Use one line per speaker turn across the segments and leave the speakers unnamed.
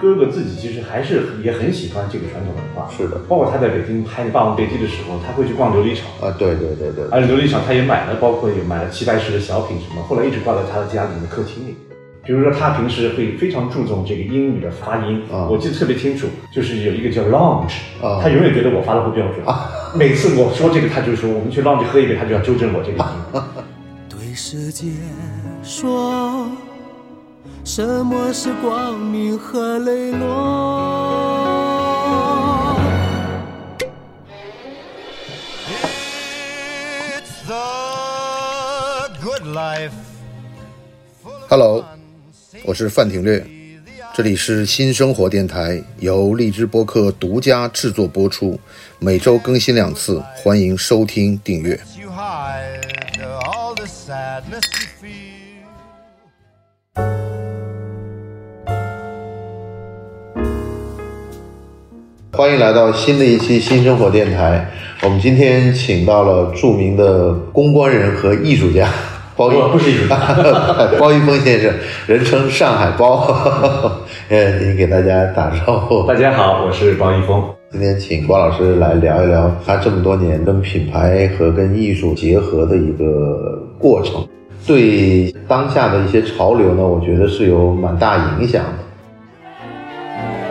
哥哥自己其实还是也很喜欢这个传统文化，
是的，
包括他在北京拍《霸王别姬》的时候，他会去逛琉璃厂，
啊，对对对对，
而琉璃厂他也买了，包括也买了齐白石的小品什么，后来一直挂在他的家里面的客厅里。比如说，他平时会非常注重这个英语的发音，
啊
我记得特别清楚，就是有一个叫 lounge，、
啊
他永远觉得我发的不标准，每次我说这个，他就说我们去 lounge 喝一杯，他就要纠正我这个音。
对世界说，什么是光明和磊落？
It's the good life.
Hello，我是范廷略，这里是新生活电台，由荔枝播客独家制作播出，每周更新两次，欢迎收听订阅。
You hide all the sadness you feel.
欢迎来到新的一期新生活电台，我们今天请到了著名的公关人和艺术 家包
我
奕，
不是艺术家，
包奕峰先生，人称上海包， 呃，您给大家打招呼。
大家好，我是王一峰。
今天请郭老师来聊一聊他这么多年跟品牌和跟艺术结合的一个过程，对当下的一些潮流呢，我觉得是有蛮大影响的。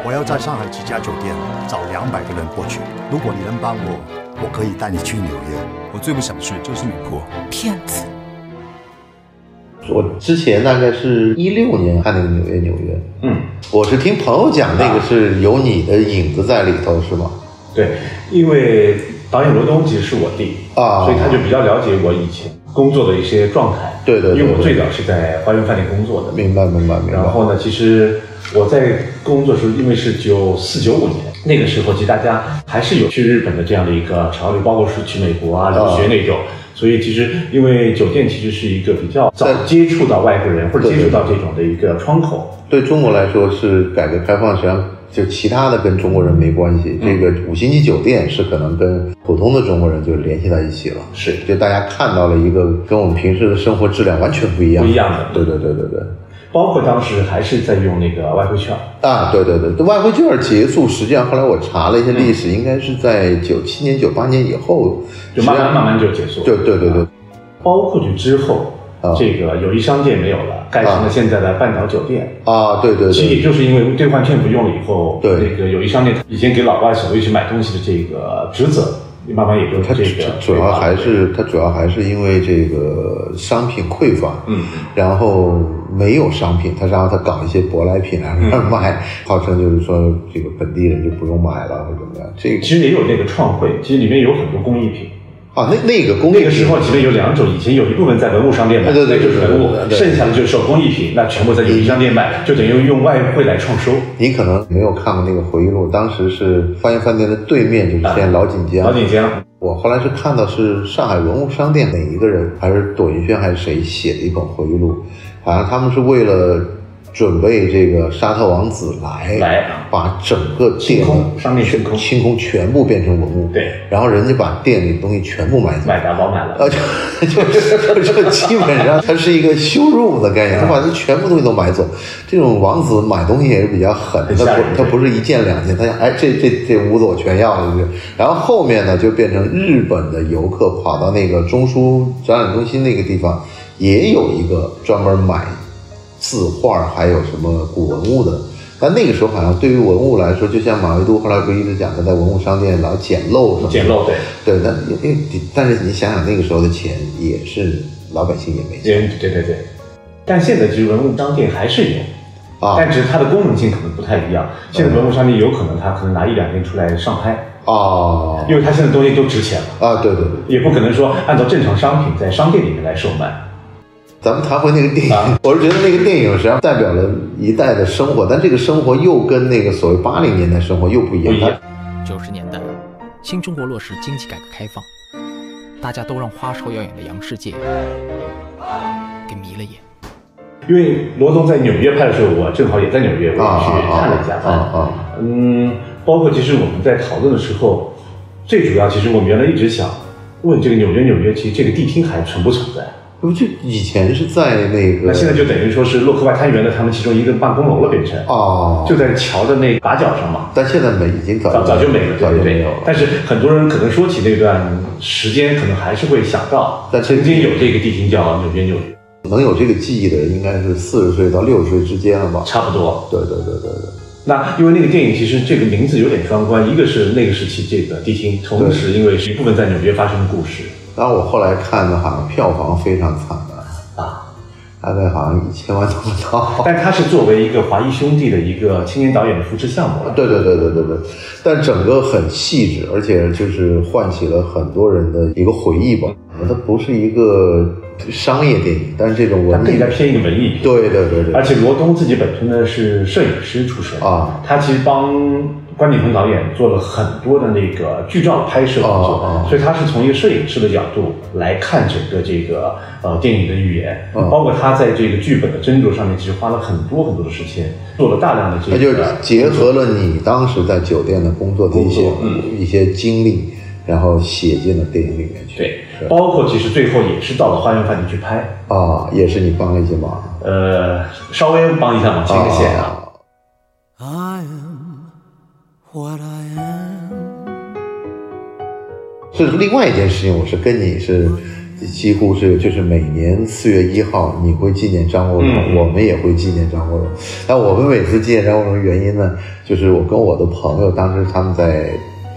我要在上海几家酒店找两百个人过去。如果你能帮我，我可以带你去纽约。
我最不想去就是美国。
骗子！
我之前大概是一六年看那个《纽约纽约》，
嗯，
我是听朋友讲那个是有你的影子在里头，是吗？
对，因为导演罗东其实是我弟
啊
所以他就比较了解我以前工作的一些状态。
对对对
因为我
对
最早是在花园饭店工作的，
明白，明白，明
然
白。
后呢，其实我在工作的时候，因为是九四九五年那个时候，其实大家还是有去日本的这样的一个潮流，包括是去美国啊留学那种。所以其实，因为酒店其实是一个比较早
在
接触到外国人或者
对
接
对
触到这种的一个窗口，
对中国来说是改革开放，实际上就其他的跟中国人没关系。这个五星级酒店是可能跟普通的中国人就联系在一起了。
是
就大家看到了一个跟我们平时的生活质量完全不一样，
不一样的
对对对对对，
包括当时还是在用那个外汇券。
啊，对对对，这外汇券结束，实际上后来我查了
嗯
一些历史，应该是在九七年、九八年以后，
就慢慢
实际上
慢慢就结束了。
对对对对，
包括就之后
啊，
这个友谊商店没有了，改成了现在的半岛酒店。
啊，对对
其实也
对，
就是因为兑换券不用了以后，
对
那个友谊商店以前给老外所谓去买东西的这个职责，慢慢也就
它
这个
主要还
对吧
是它主要还是因为这个商品匮乏，
嗯，
然后没有商品，他然后他搞一些舶来品啊，让人卖，号称就是说这个本地人就不用买了或者怎么样，这个
其实也有那个创汇，其实里面有很多工艺品。
啊，那那个工
那个时候其实有两种，以前有一部分在文物商店买，
对对对
那就是文物
对对对；嗯对
剩下的就是手工艺品，那全部在友谊商店买，就等于用外汇来创收。
你可能没有看过那个回忆录，当时是花园饭店的对面就是现在老锦江。
老锦江，
我后来是看到是上海文物商店哪一个人，还是朵云轩还是谁写的一本回忆录，好像他们是为了准备这个沙特王子来，
来啊
把整个店
清空商店清空
清空全部变成文物。
对，
然后人家把店里东西全部买走。
买打包买了，
啊， 就就就就基本上它是一个羞辱的
嗯
概念，他把他全部东西都买走。这种王子买东西也是比较狠的，
很吓
他
人
不他不是一件两件，他想哎这这这屋子我全要了，就是。然后后面呢就变成日本的游客跑到那个中枢展览中心那个地方，也有一个专门买字画还有什么古文物的。但那个时候好像对于文物来说，就像马未都后来不是一直讲他在文物商店老捡漏什么的
捡漏对，
对，但因为但是你想想那个时候的钱也是老百姓也没钱
也对对对。但现在其实文物商店还是有，
啊
但只是它的功能性可能不太一样。现在文物商店有可能它可能拿一两件出来上拍，
哦
因为它现在东西都值钱了，
啊，对对对，
也不可能说按照正常商品在商店里面来售卖。
咱们谈回那个电影，
啊
我是觉得那个电影实际上代表了一代的生活，但这个生活又跟那个所谓八零年代生活又不一样，
不一样
九十年代，新中国落实经济改革开放，大家都让花哨耀眼的洋世界给迷了眼。
因为罗东在纽约拍的时候，我正好也在纽约，我也
它
去
啊
看了一下。
啊啊啊，
嗯，包括其实我们在讨论的时候，最主要其实我们原来一直想问这个纽约，纽约其实这个地厅还存不存在？
我就以前是在那个，
那现在就等于说是洛克外滩原的他们其中一个办公楼了，变成
哦，
就在桥的那把角上嘛，
但现在没，已经早
早早就没了，
早
对
就
对
没
对
有了。
但是很多人可能说起那段时间，可能还是会想到，
但这
曾经有这个地名叫纽约纽约，
能有这个记忆的人，应该是四十岁到六十岁之间了吧？
差不多。
对对对对对，
那因为那个电影其实这个名字有点双关，一个是那个时期这个迪厅，同时因为是一部分在纽约发生的故事
然后我后来看的好像票房非常惨的，
啊，
大概好像一千万都不到。
但它是作为一个华谊兄弟的一个青年导演的扶持项目了。
对对对对对对，但整个很细致，而且就是唤起了很多人的一个回忆吧。它不是一个商业电影，但是这种
它
文
更
艺
加，偏一个文艺，
对对对
而
对，
且罗东自己本身呢是摄影师出身
啊，
他其实帮关锦鹏导演做了很多的那个剧照拍摄工作，
哦哦
所以他是从一个摄影师的角度来看整个这个呃电影的语言，
嗯
包括他在这个剧本的斟酌上面，其实花了很多很多的时间，做了大量的这
那
个
就结合了你当时在酒店的工作的一些
嗯
一些经历，然后写进了电影里面去。
对，包括其实最后也是到了花园饭店去拍，
啊，也是你帮了一些忙。
呃，稍微帮一下忙牵个线啊。
啊
I am what I am。
是另外一件事情，我是跟你是几乎是就是每年四月一号你会纪念张国荣，
嗯
我们也会纪念张国荣。但我们每次纪念张国荣的原因呢，就是我跟我的朋友当时他们在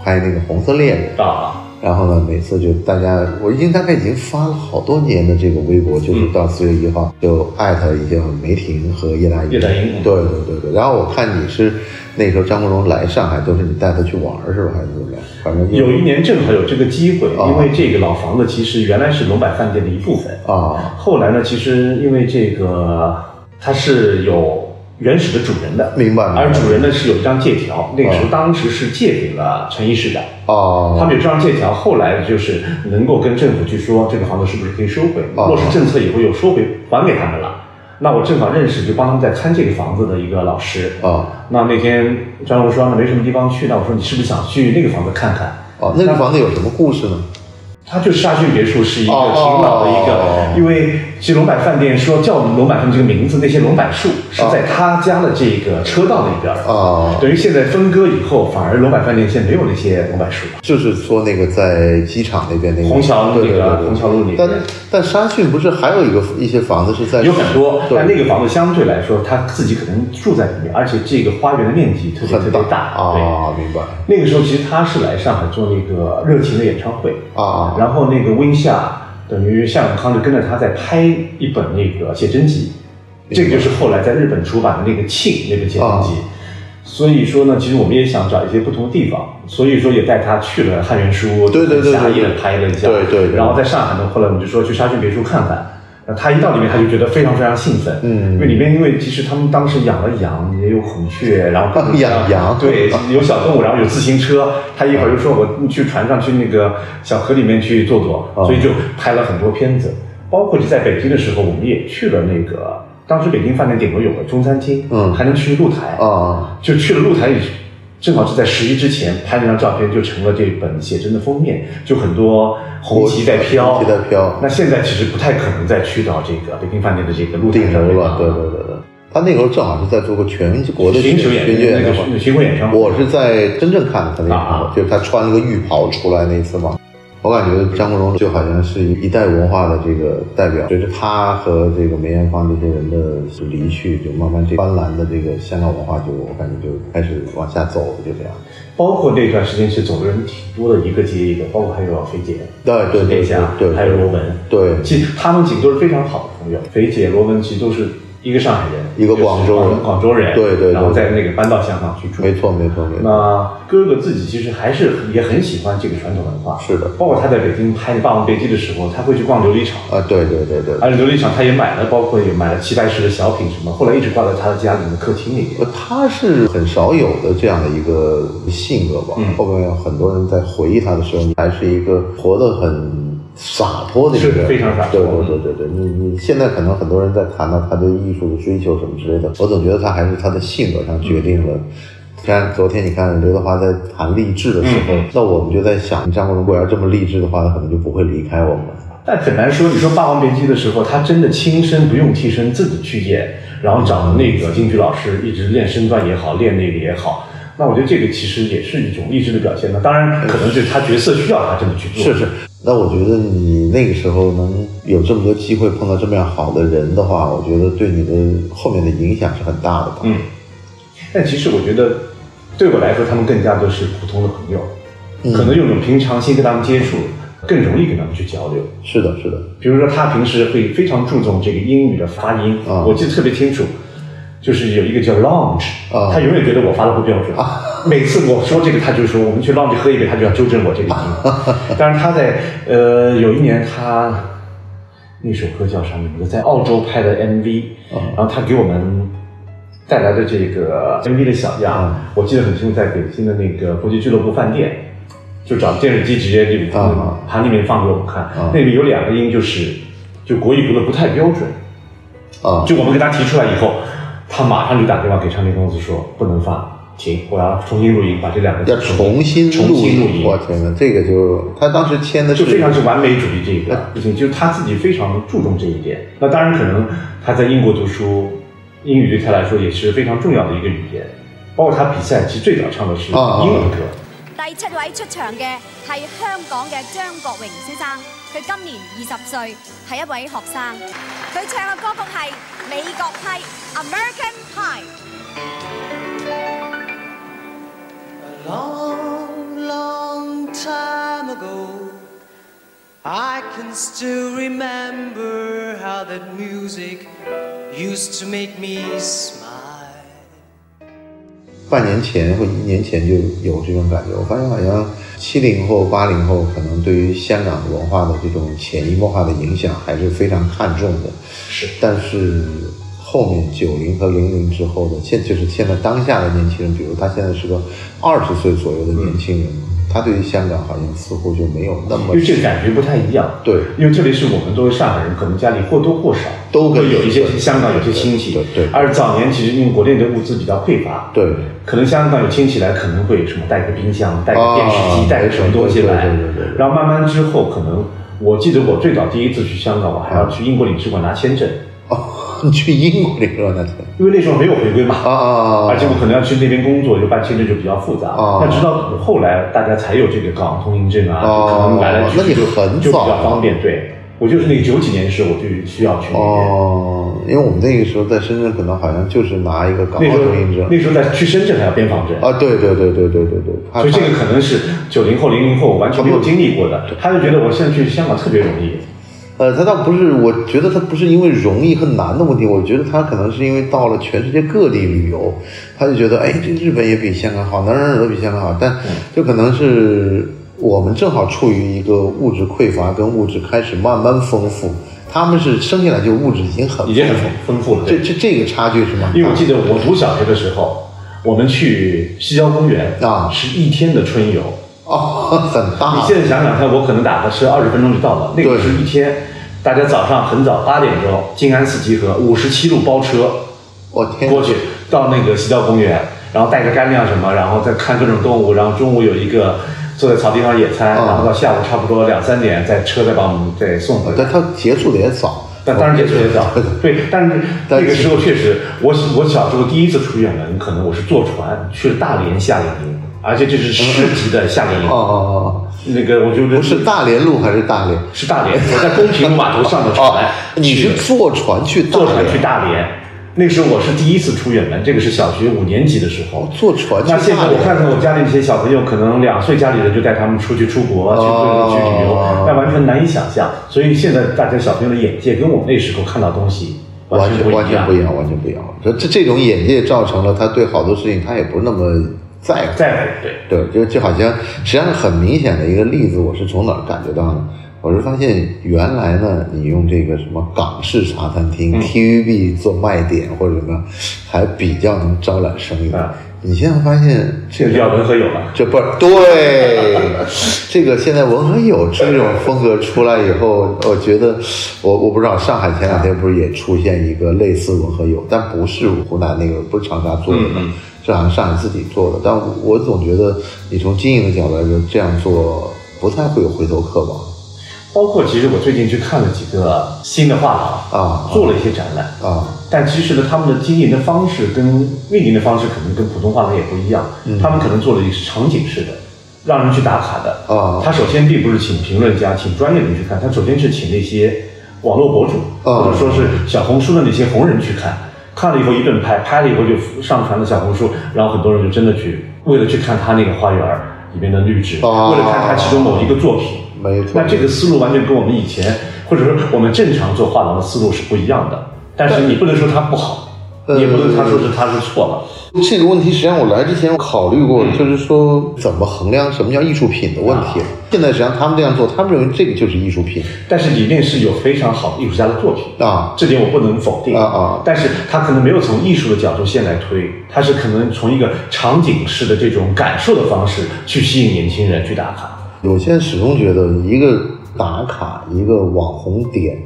拍那个《红色烈日》，
啊，
然后呢，每次就大家，我已经大概已经发了好多年的这个微博，
嗯
就是到四月一号就艾特一下梅婷和叶大鹰。
叶大鹰嗯
对对对对。然后我看你是那时候张国荣来上海，都是你带他去玩儿是吧？还是怎么样？反正
有一年正好有这个机会，
啊
因为这个老房子其实原来是龙柏饭店的一部分，
啊，
后来呢，其实因为这个它是有原始的主人的，
明白明白
而主人呢是有一张借条，那个时候
啊
当时是借给了陈一市长。
哦，
他们有这张借条，后来就是能够跟政府去说这个房子是不是可以收回，
哦
落实政策以后又收回还给他们了。那我正好认识就帮他们在看这个房子的一个老师，
啊
那那天张荣说那没什么地方去，那我说你是不是想去那个房子看看？
哦，那个房子有什么故事呢？
它就是沙逊别墅，是一个挺
哦
老的一个，
哦
因为其实龙柏饭店说叫龙柏饭店这个名字，那些龙柏树是在他家的这个车道那边儿，
啊，
等于现在分割以后，反而龙柏饭店现在没有那些龙柏树了。
就是说那个在机场那边那个
虹桥
对
那
对
个
对
虹桥路那
但
边
但沙逊不是还有一个一些房子是在
有很多，
对
但那个房子相对来说，他自己可能住在里面，而且这个花园的面积特别特
很
别大。哦对，
啊，明白
那个时候其实他是来上海做那个热情的演唱会，
啊，
然后那个温夏等于夏永康就跟着他在拍一本那个写真集，这个就是后来在日本出版的那个《庆》那本写真
啊
集。所以说呢，其实我们也想找一些不同的地方，所以说也带他去了汉源书屋，
对对对对
狭义
对
的拍了一下，
对对对
然后在上海呢，后来我们就说去沙逊别墅看看。那他一到里面，他就觉得非常非常兴奋，
嗯
因为里面因为其实他们当时养了羊，也有孔 雀，然后
哦养羊
对，有小动物，然后有自行车。他一会儿就说我去船上去那个小河里面去坐
哦
坐，所以就拍了很多片子。包括就在北京的时候，我们也去了那个，当时北京饭店顶楼有个中餐厅，
嗯
还能去露台，
啊
就去了露台，正好是在十一之前拍那张照片，就成了这本写真的封面，就很多红旗在飘，
红旗在飘
那现在其实不太可能再去到这个北京饭店的这个露台
顶
上
楼
面
了，对对对对。他那个时候正好是在做个全国的
巡球演
巡演
那
唱会
个巡回演唱会，
我是在真正看的他那
啊
个
啊，
就是他穿了个浴袍出来那一次嘛。我感觉张国荣就好像是一代文化的这个代表，随着他和这个梅艳芳这些人的离去，就慢慢这斑斓的这个香港文化就我感觉就开始往下走了，就这样。
包括那段时间是走的人挺多的，一个接一个，包括还有肥姐，
对对对
是那家
对对
还有罗文，
对
其实他们几个都是非常好的朋友。肥姐、罗文其实都是一个上海人，
一个广州人
就是广州人，
对对对
然后在那个搬到香港去住，
没。错没错没错。
那哥哥自己其实还是也很喜欢这个传统文化，
是的
包括他在北京拍《霸王别姬》的时候，他会去逛琉璃厂，
啊，对对对对。
而且琉璃厂他也买了，包括也买了齐白石的小品什么，后来一直挂在他的家里的客厅里面。
呃，他是很少有的这样的一个性格吧。
嗯
后面有很多人在回忆他的时候，还是一个活得很洒脱的一个人，
是非常洒脱
对对对对对，你你现在可能很多人在谈到他对艺术的追求什么之类的，我总觉得他还是他的性格上决定了。
嗯
像昨天你看刘德华在谈励志的时候，那我们就在想，张国荣果然这么励志的话，他可能就不会离开我们了。
但很难说，你说《霸王别姬》的时候，他真的亲身不用替身自己去演，然后找那个京剧老师一直练身段也好，练那个也好。那我觉得这个其实也是一种励志的表现呢。当然，可能就是他角色需要他这么去做。
是是，那我觉得你那个时候能有这么多机会碰到这么样好的人的话，我觉得对你的后面的影响是很大的吧。
嗯，但其实我觉得，对我来说，他们更加的是普通的朋友，
嗯
可能用一种平常心跟他们接触，更容易跟他们去交流。
是的，是的，
比如说，他平时会非常注重这个英语的发音，
啊
我记得特别清楚，就是有一个叫 lounge，、
啊
他永远觉得我发的不标准，每次我说这个，他就说我们去 lounge 喝一杯，他就要纠正我这个音。当然，他在呃有一年他那首歌叫啥名字，在澳洲拍的 MV，、然后
啊
他给我们。带来的这个 MV 的小样，
啊
我记得很清楚，在北京的那个国际俱乐部饭店，就找电视机直接这个
啊
盘里面放给我们看，
啊
那里有两个音就是就国语读的不太标准，
啊，
就我们给他提出来以后，他马上就打电话给唱片公司说不能发，停，我要重新录音，把这两个
要重新
重
录
新录
音，
音，
我天哪，这个就他当时签的是
就非常是完美主义这个事情，就是他自己非常注重这一点。那当然，可能他在英国读书，英语对他来说也是非常重要的一个语言。包括他比赛，其实最早唱的是
啊啊
英文歌，
第七位出場嘅係香港嘅張國榮先生，佢今年二十歲，係一位學生。佢唱嘅歌曲係美國派 American Pie。
A long, long time ago, I can still remember how that music used to make me smile.
半年前或一年前就有这种感觉。我发现好像七零后、八零后可能对于香港文化的这种潜移默化的影响还是非常看重的。
是
但是后面九零和零零之后的，现就是现在当下的年轻人，比如他现在是个二十岁左右的年轻人，他对于香港好像似乎就没有那么
因为这个感觉不太一样。
对
因为特别是我们作为上海人，可能家里或多或少
都跟
会有一些
对
香港有些亲戚，
对对对
而早年其实因为国内的物资比较匮乏，
对。
可能香港有亲戚来，可能会什么带个冰箱、带个电视机、
啊
带个什么东西来
对对对对对，对
然后慢慢之后，可能我记得我最早第一次去香港，我还要去英国领事馆拿签证，
哦，你去英国那时候那天
因为那时候没有回归嘛，
啊啊，
而且我可能要去那边工作，就办签证就比较复杂
啊。
那直到后来大家才有这个港澳通行证啊，
哦
就可能来来去
那你
去就
很
就比
早
较
啊
方便。对我就是那个九几年的时候，我就需要去那边。
哦，因为我们那个时候在深圳，可能好像就是拿一个港澳
那时候
通行证
那时候在去深圳还要边防证。
啊，对对对对对对对，他
所以这个
他
可能是九零后、零零后完全没有经历过的，他就觉得我现在去香港特别容易，
呃，他倒不是，我觉得他不是因为容易和难的问题，我觉得他可能是因为到了全世界各地旅游，他就觉得哎，这日本也比香港好，哪儿哪儿都比香港好，
嗯
但就可能是我们正好处于一个物质匮乏跟物质开始慢慢丰富，他们是生下来就物质已经很
已经很丰富了。
这这这个差距是吗？
因为我记得我读小学的时候，我们去西郊公园
啊
是一天的春游。
哦，很大，
你现在想想看，我可能打个车二十分钟就到了，那个
对
是一天，大家早上很早八点钟，静安寺集合，五十七路包车
我天，
过去，到那个西郊公园，然后带着干粮什么，然后再看各种动物，然后中午有一个坐在草地上野餐，
啊
然后到下午差不多两三点，再车再把我们再送回来。
但他结束的也早，
但当然结束也早，对，但是那个时候确实，我我小时候第一次出远门，可能我是坐船去了大连夏令营，而且这是市级的夏令营
哦，哦
那个嗯我就
哦，不是大连路还是大连？
是大连，我在公平路码头上的
哦
船，，
你是坐船去大
坐船去
连？
大连，那时候我是第一次出远门，这个是小学五年级的时候。
坐哦船去
那现在
大
我看
连？
看我家里一些小朋友，可能两岁，家里人就带他们出去出国、去
哦
各种去旅游，那完全难以想象。所以现在大家小朋友的眼界跟我们那时候看到东西
完
全
全完全不
一
一
样。
样，完全不一样。这这这种眼界造成了他对好多事情他也不是那么在乎。
在乎对。
对，就就好像实际上很明显的一个例子，我是从哪儿感觉到呢？我是发现原来呢，你用这个什么港式茶餐厅、TVB
嗯
做卖点或者什么样，还比较能招揽生意。
啊
你现在发现
这
这
个
个
叫文和友了。
这不是对，这个现在文和友这种风格出来以后，我觉得我我不知道上海前两天不是也出现一个类似文和友，但不是湖南那个，不是长沙做的
嗯
吗，是好像上海自己做的。但我我总觉得你从经营的角度来说，这样做不太会有回头客吧？
包括其实我最近去看了几个新的画廊
啊
做了一些展览，
啊，
但其实呢，他们的经营的方式跟运营的方式可能跟普通画廊也不一样，他们可能做了一个场景式的，让人去打卡的。
啊
他首先并不是请评论家、请专业人去看，他首先是请那些网络博主、
啊
或者说是小红书的那些红人去看，看了以后一顿拍，拍了以后就上传了小红书，然后很多人就真的去为了去看他那个花园里面的绿植，
啊
为了看他其中某一个作品。
没错
那这个思路完全跟我们以前，或者说我们正常做画廊的思路是不一样的。但是你不能说它不好，
呃
也不能他说是它是错了。
这个问题实际上我来之
嗯
前我考虑过，就是说怎么衡量什么叫艺术品的问题。
啊
现在实际上他们这样做，他们认为这个就是艺术品
但是里面是有非常好的艺术家的作品，
啊
这点我不能否定
啊啊
但是他可能没有从艺术的角度先来推，他是可能从一个场景式的这种感受的方式去吸引年轻人去打卡。
我现在始终觉得，一个打卡，一个网红点，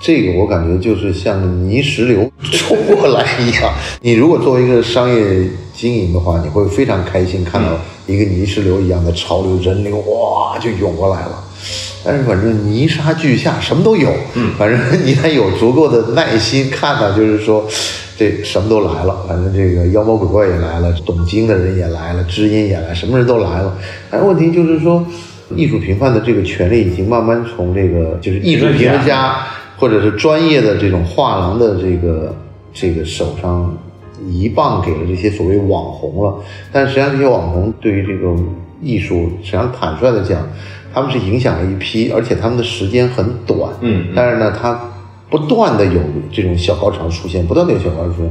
这个我感觉就是像泥石流 冲过来一样。你如果作为一个商业经营的话，你会非常开心看到一个泥石流一样的潮流人流，哇，就涌过来了。但是反正泥沙俱下，什么都有。嗯，反正你得有足够的耐心看到，就是说，这什么都来了。反正这个妖魔鬼怪也来了，懂经的人也来了，知音也来，什么人都来了。但是问题就是说，艺术评判的这个权利已经慢慢从这个就是艺术评论家或者是专业的这种画廊的这个这个手上一棒给了这些所谓网红了，但实际上这些网红对于这个艺术，实际上坦率的讲，他们是影响了一批，而且他们的时间很短，
嗯嗯
但是呢，他不断的有这种小高潮出现，不断的有小高潮出现，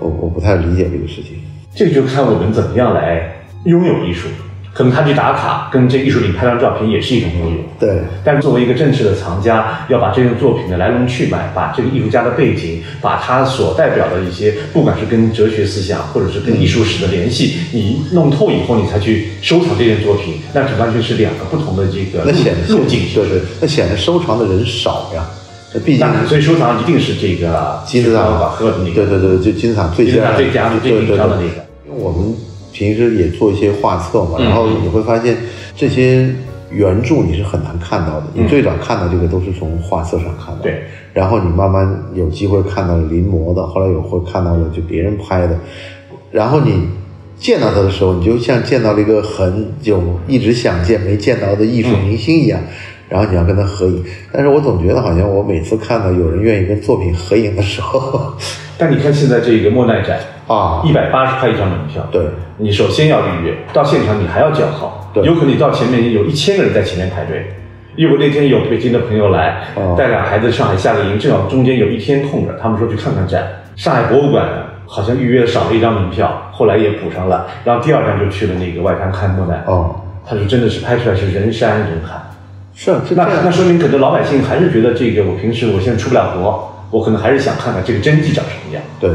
我我不太理解这个事情。
这就看我们怎么样来拥有艺术。可能他去打卡，跟这艺术品拍张照片也是一种拥有。
对，
但作为一个正式的藏家，要把这件作品的来龙去脉，把这个艺术家的背景，把他所代表的一些，不管是跟哲学思想，或者是跟艺术史的联系，你弄透以后，你才去收藏这件作品，那这完全是两个不同的这个
那显
路路径。
对对，那显然收藏的人少呀，那毕竟
那所以收藏一定是这个
金字
塔
塔
赫的那个，
对对对，就金字塔最
金字
佳
塔最佳的最
对对
顶上的
对
那个。
因为我们平时也做一些画册嘛，
嗯
然后你会发现这些原著你是很难看到的，你最早看到这个都是从画册上看到的。
嗯对。
然后你慢慢有机会看到了临摹的，后来有会看到了就别人拍的，然后你见到他的时候，你就像见到了一个很久一直想见没见到的艺术
嗯
明星一样。然后你要跟他合影，但是我总觉得好像我每次看到有人愿意跟作品合影的时候，
但你看现在这个莫奈展，
啊
一，百八十块一张门票，
对，
你首先要预约，到现场你还要叫号，
对
有可能你到前面有一千个人在前面排队。因为我那天有北京的朋友来
哦，
带俩孩子上海夏令营，正好中间有一天空着，他们说去看看展。上海博物馆好像预约少了一张门票，后来也补上了，然后第二站就去了那个外滩看莫奈。
哦，
他说真的是拍出来是人山人海。
是啊，是这
那那
样。
说明可能老百姓还是觉得这个我平时我现在出不了国，我可能还是想看看这个真迹长什么样。
对，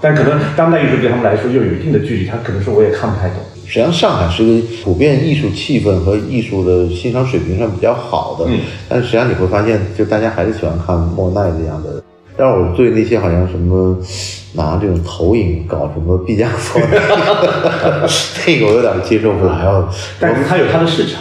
但可能当代艺术对他们来说又有一定的距离，他可能说我也看不太懂。
实际上上海是一个普遍艺术气氛和艺术的欣赏水平上比较好的，
嗯
但是实际上你会发现，就大家还是喜欢看莫奈这样的。但是我对那些好像什么拿这种投影搞什么毕加索， 那个我有点接受不来哦。
但是它有它的市场。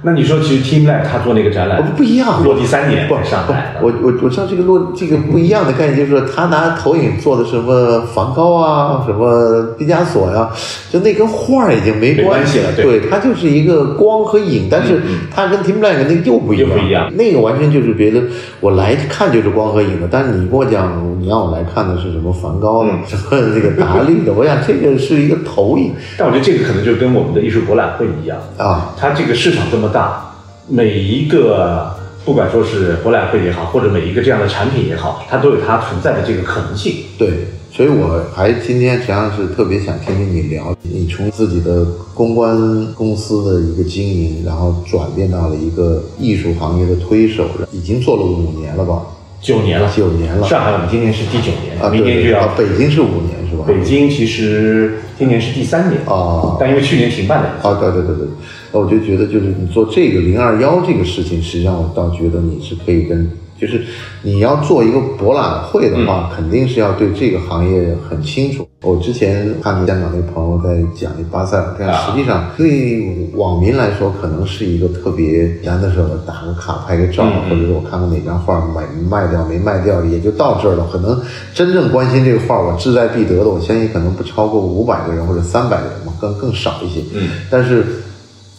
那你说，其实 Team Lab 它做那个展
我
览
哦不一样，
呃落地三年
不
才上来的。
我我我知道这个落这个不一样的概念，就是说他拿投影做的什么梵高啊，什么毕加索呀、就那跟画儿已经没
没关系了嗯
对，它就是一个光和影，但是它跟 Tim Black 那个又不一样，
又不一样
那个完全就是别的，我来看就是光和影的，但是你跟我讲，你让我来看的是什么梵高
嗯
的，什么这个达利的，我想这个是一个投影
但我觉得这个可能就跟我们的艺术博览会一样，
啊，
它这个市场这么大，每一个不管说是博览会也好，或者每一个这样的产品也好，它都有它存在的这个可能性。
对，所以我还今天实际上是特别想听听你聊，你从自己的公关公司的一个经营，然后转变到了一个艺术行业的推手，已经做了五年了吧？
九年了，
九年了
上海我们今年是第九年，
啊，
明年
对
就要、
啊北京是五年是吧？
北京其实今年是第三年，
哦
但因为去年停办了，
啊，对对对对，那我就觉得就是你做这个零二幺这个事情，实际上我倒觉得你是可以跟就是你要做一个博览会的话，肯定是要对这个行业很清楚。我之前看香港那朋友在讲那巴塞尔，但实际上对网民来说，可能是一个特别简单的时候打个卡拍个照，或者是我看看哪张画买卖掉没卖掉，也就到这儿了。可能真正关心这个画，我志在必得的，我相信可能不超过五百个人或者三百个人嘛，更更少一些。
嗯，
但是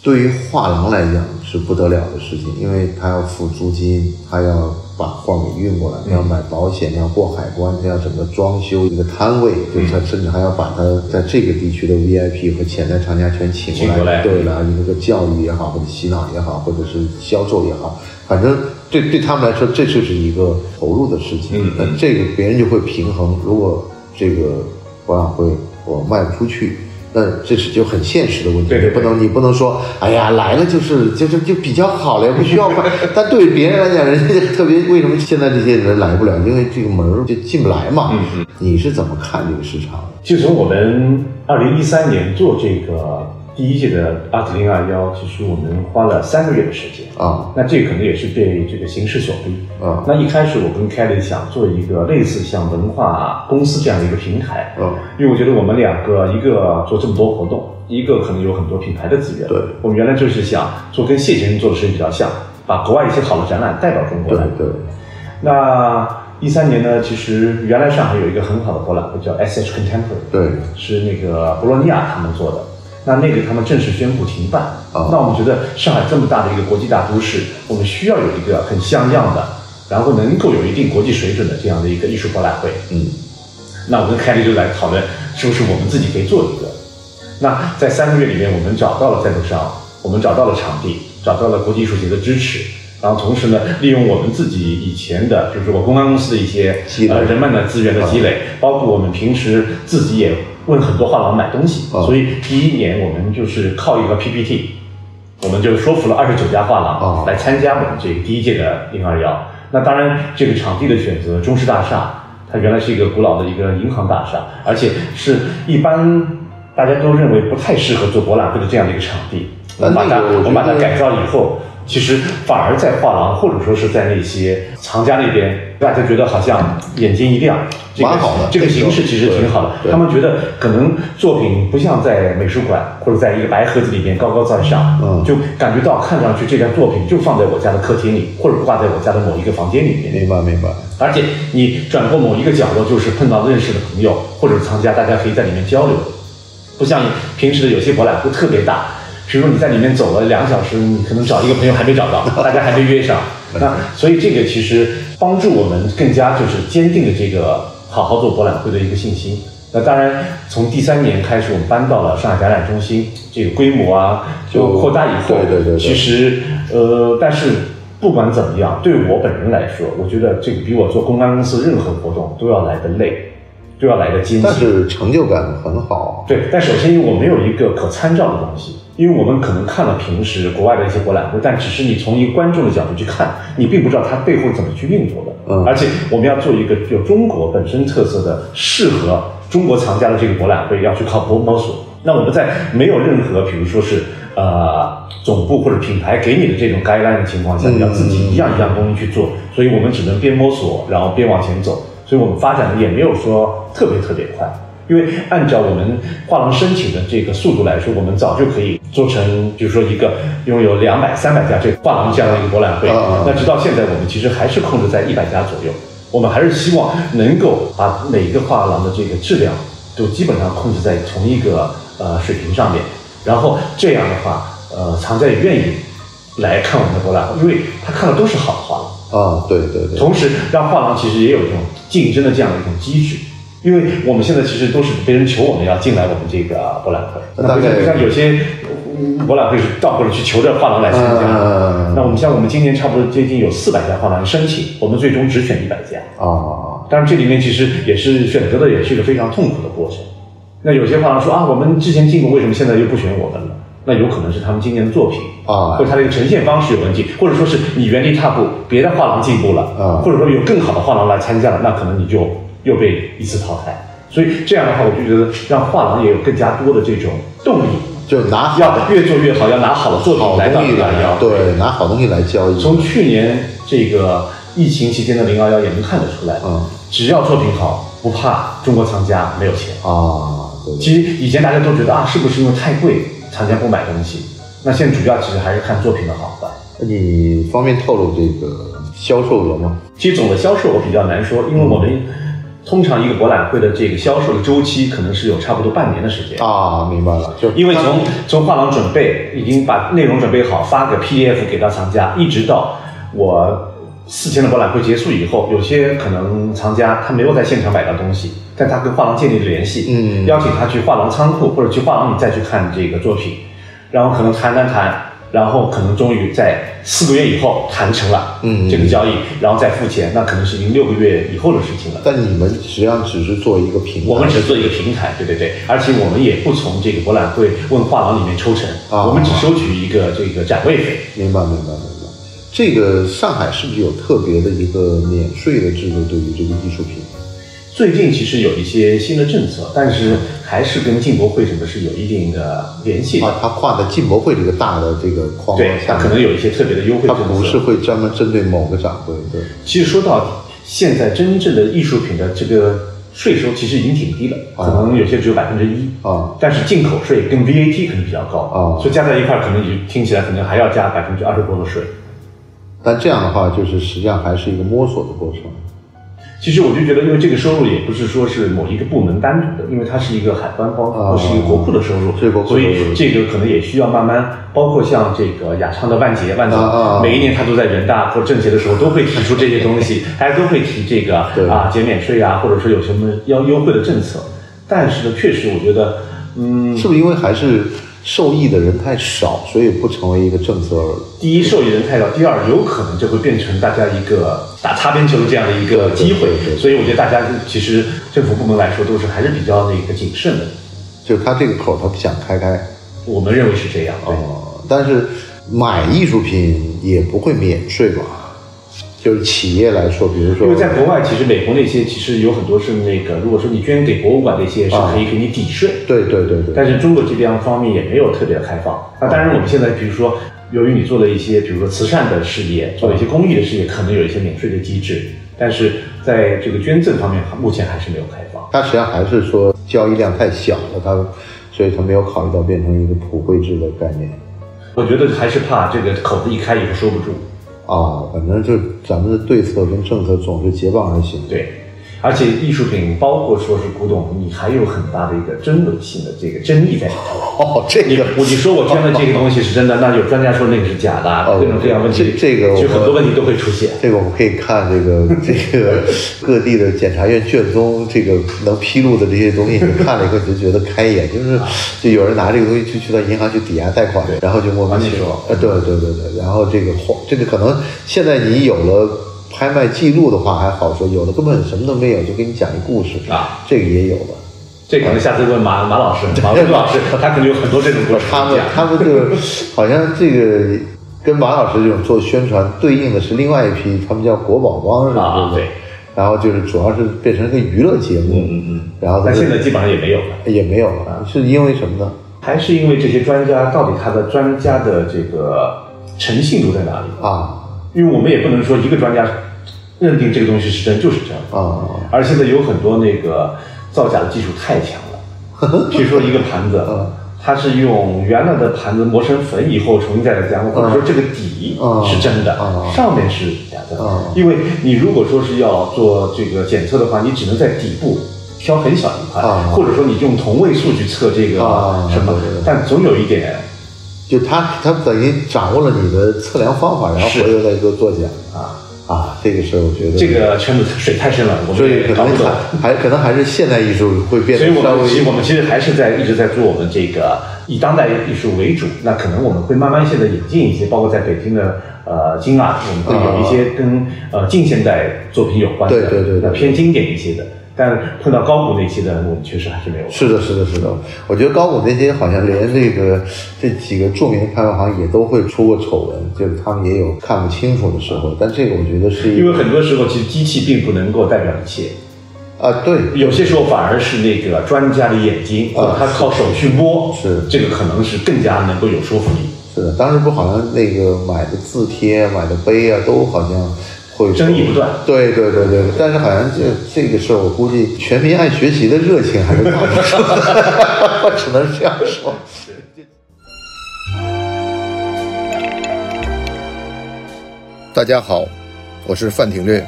对于画廊来讲是不得了的事情，因为他要付租金，他要把画给运过来，他要买保险，要过海关，他要整个装修一个摊位，就是他甚至还要把他在这个地区的 VIP 和潜在藏家全请
请过来
对了，你这个教育也好，或者洗脑也好，或者是销售也好，反正对对他们来说，这就是一个投入的事情
嗯。
那这个别人就会平衡，如果这个博览会我卖不出去。那这是就很现实的问题，
对对对
你不能你不能说，哎呀，来了就是就就就比较好了，也不 需要卖。但对别人来讲，人家特别为什么现在这些人来不了？因为这个门儿就进不来嘛。
嗯嗯
你是怎么看这个市场的？
就从我们二零一三年做这个第一届的二四零二幺，其实我们花了三个月的时间。
啊
那这个可能也是被这个形势所逼。
啊
那一开始我跟 Kelly 想做一个类似像文化公司这样的一个平台，
嗯
因为我觉得我们两个一个做这么多活动，一个可能有很多品牌的资源，
对
我们原来就是想做跟谢先生做的事情比较像，把国外一些好的展览带到中国
对
来。
对
那一三年呢，其实原来上海有一个很好的博览会叫 SH Contemporary，
对，
是那个博洛尼亚他们做的。那那个他们正式宣布停办。
哦
那我们觉得上海这么大的一个国际大都市，我们需要有一个很像样的，然后能够有一定国际水准的这样的一个艺术博览会。
嗯
那我跟凯莉就来讨论，是不是我们自己可以做一个？那在三个月里面，我们找到了赞助商，我们找到了场地，找到了国际艺术节的支持，然后同时呢，利用我们自己以前的，比如说我公关公司的一些
积累啊
呃人脉的资源的积累，包括我们平时自己也问很多画廊买东西，
啊
所以第一年我们就是靠一个 PPT，我们就说服了二十九家画
哦
廊来参加我们这个第一届的零二幺。那当然，这个场地的选择，中式大厦，它原来是一个古老的一个银行大厦，而且是一般大家都认为不太适合做博览会的这样的一个场地。我
但
们把
那
它
个我觉，得
我们把它改造以后，其实反而在画廊或者说是在那些藏家那边，大家觉得好像眼睛一亮，这个
蛮好的
这个
这个
形式其实挺好的。
对
他们觉得可能作品不像在美术馆或者在一个白盒子里面高高在上，
嗯
就感觉到看上去这件作品就放在我家的客厅里，或者挂在我家的某一个房间里面。
明白明白。
而且你转过某一个角落，就是碰到认识的朋友或者藏家，大家可以在里面交流。不像平时的有些博览会特别大，比如说你在里面走了两个小时，你可能找一个朋友还没找到， 大家还没约上。那所以这个其实帮助我们更加就是坚定了这个好好做博览会的一个信心。那当然，从第三年开始，我们搬到了上海展览中心，这个规模啊就
就
扩大以后，
对对对对
其实。其实，呃，但是不管怎么样，对我本人来说，我觉得这个比我做公关公司任何活动都要来的累，都要来的艰
但
辛。
是成就感很好。
对，但首先因为我没有一个可参照的东西，因为我们可能看了平时国外的一些博览会，但只是你从一个观众的角度去看，你并不知道它背后怎么去运作的。
嗯
而且我们要做一个有中国本身特色的、适合中国藏家的这个博览会，要去靠摸摸索。那我们在没有任何，比如说是呃总部或者品牌给你的这种 guideline 的情况下，
嗯
你要自己一样一样东西去做，所以我们只能边摸索，然后边往前走。所以我们发展的也没有说特别特别快，因为按照我们画廊申请的这个速度来说，我们早就可以做成，比如说一个拥有两百、三百家这个画廊这样的一个博览会。
啊啊啊
那直到现在，我们其实还是控制在一百家左右。我们还是希望能够把每个画廊的这个质量都基本上控制在同一个呃水平上面，然后这样的话，呃，藏家也愿意来看我们的博览会，因为他看的都是好画廊。
啊，对对对。
同时让画廊其实也有一种竞争的这样的一种机制。因为我们现在其实都是别人求我们要进来我们这个啊博览会，
那
那不像
大概
不像有些嗯博览会是倒过来去求着画廊来参加。
嗯
那我们像我们今年差不多接近有四百家画廊申请，我们最终只选一百家。
啊，
当然，这里面其实也是选择的，也是一个非常痛苦的过程。那有些画廊说啊，我们之前进过，为什么现在又不选我们了？那有可能是他们今年的作品
啊
或者他的一个呈现方式有问题，或者说是你原地踏步，别的画廊进步了，
啊
或者说有更好的画廊来参加了，那可能你就又被一次淘汰。所以这样的话，我就觉得让画廊也有更加多的这种动力，
就拿好
要越做越好，要拿好的作品
好
来到
东西
你那里
来，
要
对，拿好东西来交易。
从去年这个疫情期间的零幺幺也能看得出来，
嗯
只要作品好，不怕中国藏家没有钱。
啊，对对
其实以前大家都觉得啊，是不是因为太贵，厂家不买东西？那现在主要其实还是看作品的好坏。
你方便透露这个销售额吗？
其实总的销售我比较难说，因为我们通常一个博览会的这个销售的周期可能是有差不多半年的时间。
啊，明白了，就
因为从从画廊准备，已经把内容准备好，发个 PDF 给到藏家，一直到我四天的博览会结束以后，有些可能藏家他没有在现场买到东西，但他跟画廊建立了联系，
嗯
邀请他去画廊仓库或者去画廊里再去看这个作品，然后可能谈谈谈。然后可能终于在四个月以后谈成了，
嗯
这个交易，然后再付钱，那可能是已经六个月以后的事情了。
但你们实际上只是做一个平台，
我们只做一个平台，对对对，而且我们也不从这个博览会问画廊里面抽成，
啊
我们只收取一个这个展位费。
明白明白明白。这个上海是不是有特别的一个免税的制度对于这个艺术品？
最近其实有一些新的政策，但是
啊
还是跟进博会什么是有一定的联系的。
啊，它画在进博会这个大的这个框
对，它
下面，
可能有一些特别的优惠
它
政策。
不是会专门针对某个展会，对。
其实说到底，现在真正的艺术品的这个税收其实已经挺低了，
啊
可能有些只有百分之一
啊
但是进口税跟 VAT 可能比较高
啊
所以加在一块儿，可能也就听起来可能还要加百分之二十多的税。
但这样的话，就是实际上还是一个摸索的过程。
其实我就觉得，因为这个收入也不是说是某一个部门单独的，因为它是一个海关包
啊
括是一个国库的收入，
是国库
所
的收入
以这个可能也需要慢慢，包括像这个雅昌的万杰万总，
啊啊啊
每一年他都在人大或政协的时候都会提出这些东 西，大家都会提这个
对
啊减免税啊，或者说有什么要优惠的政策，但是呢，确实我觉得，嗯，
是不是因为还是受益的人太少，所以不成为一个政策
第一，受益人太少；第二，有可能就会变成大家一个打擦边球这样的一个机会
对对对。
所以我觉得大家其实政府部门来说都是还是比较那个谨慎的，
就是他这个口儿他不想开开
我们认为是这样。对，
哦，但是买艺术品也不会免税吧？就是企业来说，比如说
因为在国外，其实美国那些其实有很多是那个，如果说你捐给博物馆那些是
啊
可以给你抵税，
对对对对，
但是中国这边方面也没有特别的开放。那当然，我们现在比如说。由于你做了一些，比如说慈善的事业，做了一些公益的事业，可能有一些免税的机制，但是在这个捐赠方面，目前还是没有开放。
它实际上还是说交易量太小了，它所以它没有考虑到变成一个普惠制的概念
我觉得还是怕这个口子一开以后收不住。
啊。反正就咱们的对策跟政策总是结伴而行。
对，而且艺术品包括说是古董，你还有很大的一个真伪性的这个争议在里头。
哦，这
你
个
我你说我捐的这个东西是真的，那有专家说那个是假的，
哦
各种各样问题，
这这个我
就很多问题都会出现。
这个我们可以看这个 这个各地的检察院卷宗，这个能披露的这些东西，你看了以后你就觉得开眼，就是就有人拿这个东西去去到银行去抵押贷款，然后就莫名其妙，呃，对对对对，然后这个晃，这个可能现在你有了拍卖记录的话还好说，有的根本什么都没有，就给你讲一故事
啊，
这个也有的。
这可能下次问马马老师、马文老师，他可能有很多这种故事
哦他们 他们就是好像这个跟马老师这种做宣传对应的是另外一批，他们叫国宝帮什么
啊
的，
对。
然后就是主要是变成一个娱乐节目，
嗯嗯，
然后
但
就是
现在基本上也没有了。
也没有了，是因为什么呢？
还是因为这些专家到底他的专家的这个诚信度在哪里？
啊
因为我们也不能说一个专家认定这个东西是真就是真
啊啊
而现在有很多那个造假的技术太强了， 比如说一个盘子
嗯，
它是用原来的盘子磨成粉以后重新再来加工，或者说这个底
嗯
是真的
嗯，
上面是假的
嗯。
因为你如果说是要做这个检测的话，你只能在底部。挑很小一块，
嗯
或者说你用同位素去测这个
嗯
什么
对对对，
但总有一点
就他他等于掌握了你的测量方法，然后
是
回头再做作假
啊，
啊，这个事儿我觉得
这。个圈子水太深了，我
所
们
以
也
可
搞
能
不懂。
还还可能还是现代艺术会变
所以
得
我
稍微
们其实我们其实还是在一直在做我们这个以当代艺术为主，那可能我们会慢慢现在引进一些，包括在北京的呃金啊，我们会有一些跟、呃近现代作品有关的，
对对对对
那偏经典一些的。但碰到高古那期的，我们确实还是没有。
是的，是的，是的。我觉得高古那些好像连这个这几个著名的拍卖行也都会出过丑闻，就是他们也有看不清楚的时候。但这个我觉得是一
因为
个
很多时候，其实机器并不能够代表一切，
啊，对，
有些时候反而是那个专家的眼睛，或者他靠手去摸，
啊是
这个可能是更加能够有说服力。
是的。当时不好像那个买的字贴、买的碑啊，都好像会
争议不断。
对对对对，但是好像这这个事儿，我估计全民爱学习的热情还是看不出来，我 只能这样说。大家好，我是范廷略，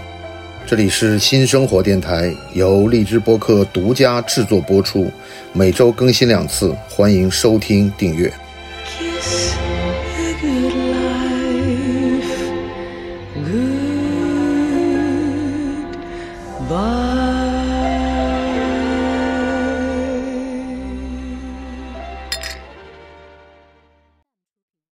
这里是新生活电台，由荔枝播客独家制作播出，每周更新两次，欢迎收听订阅。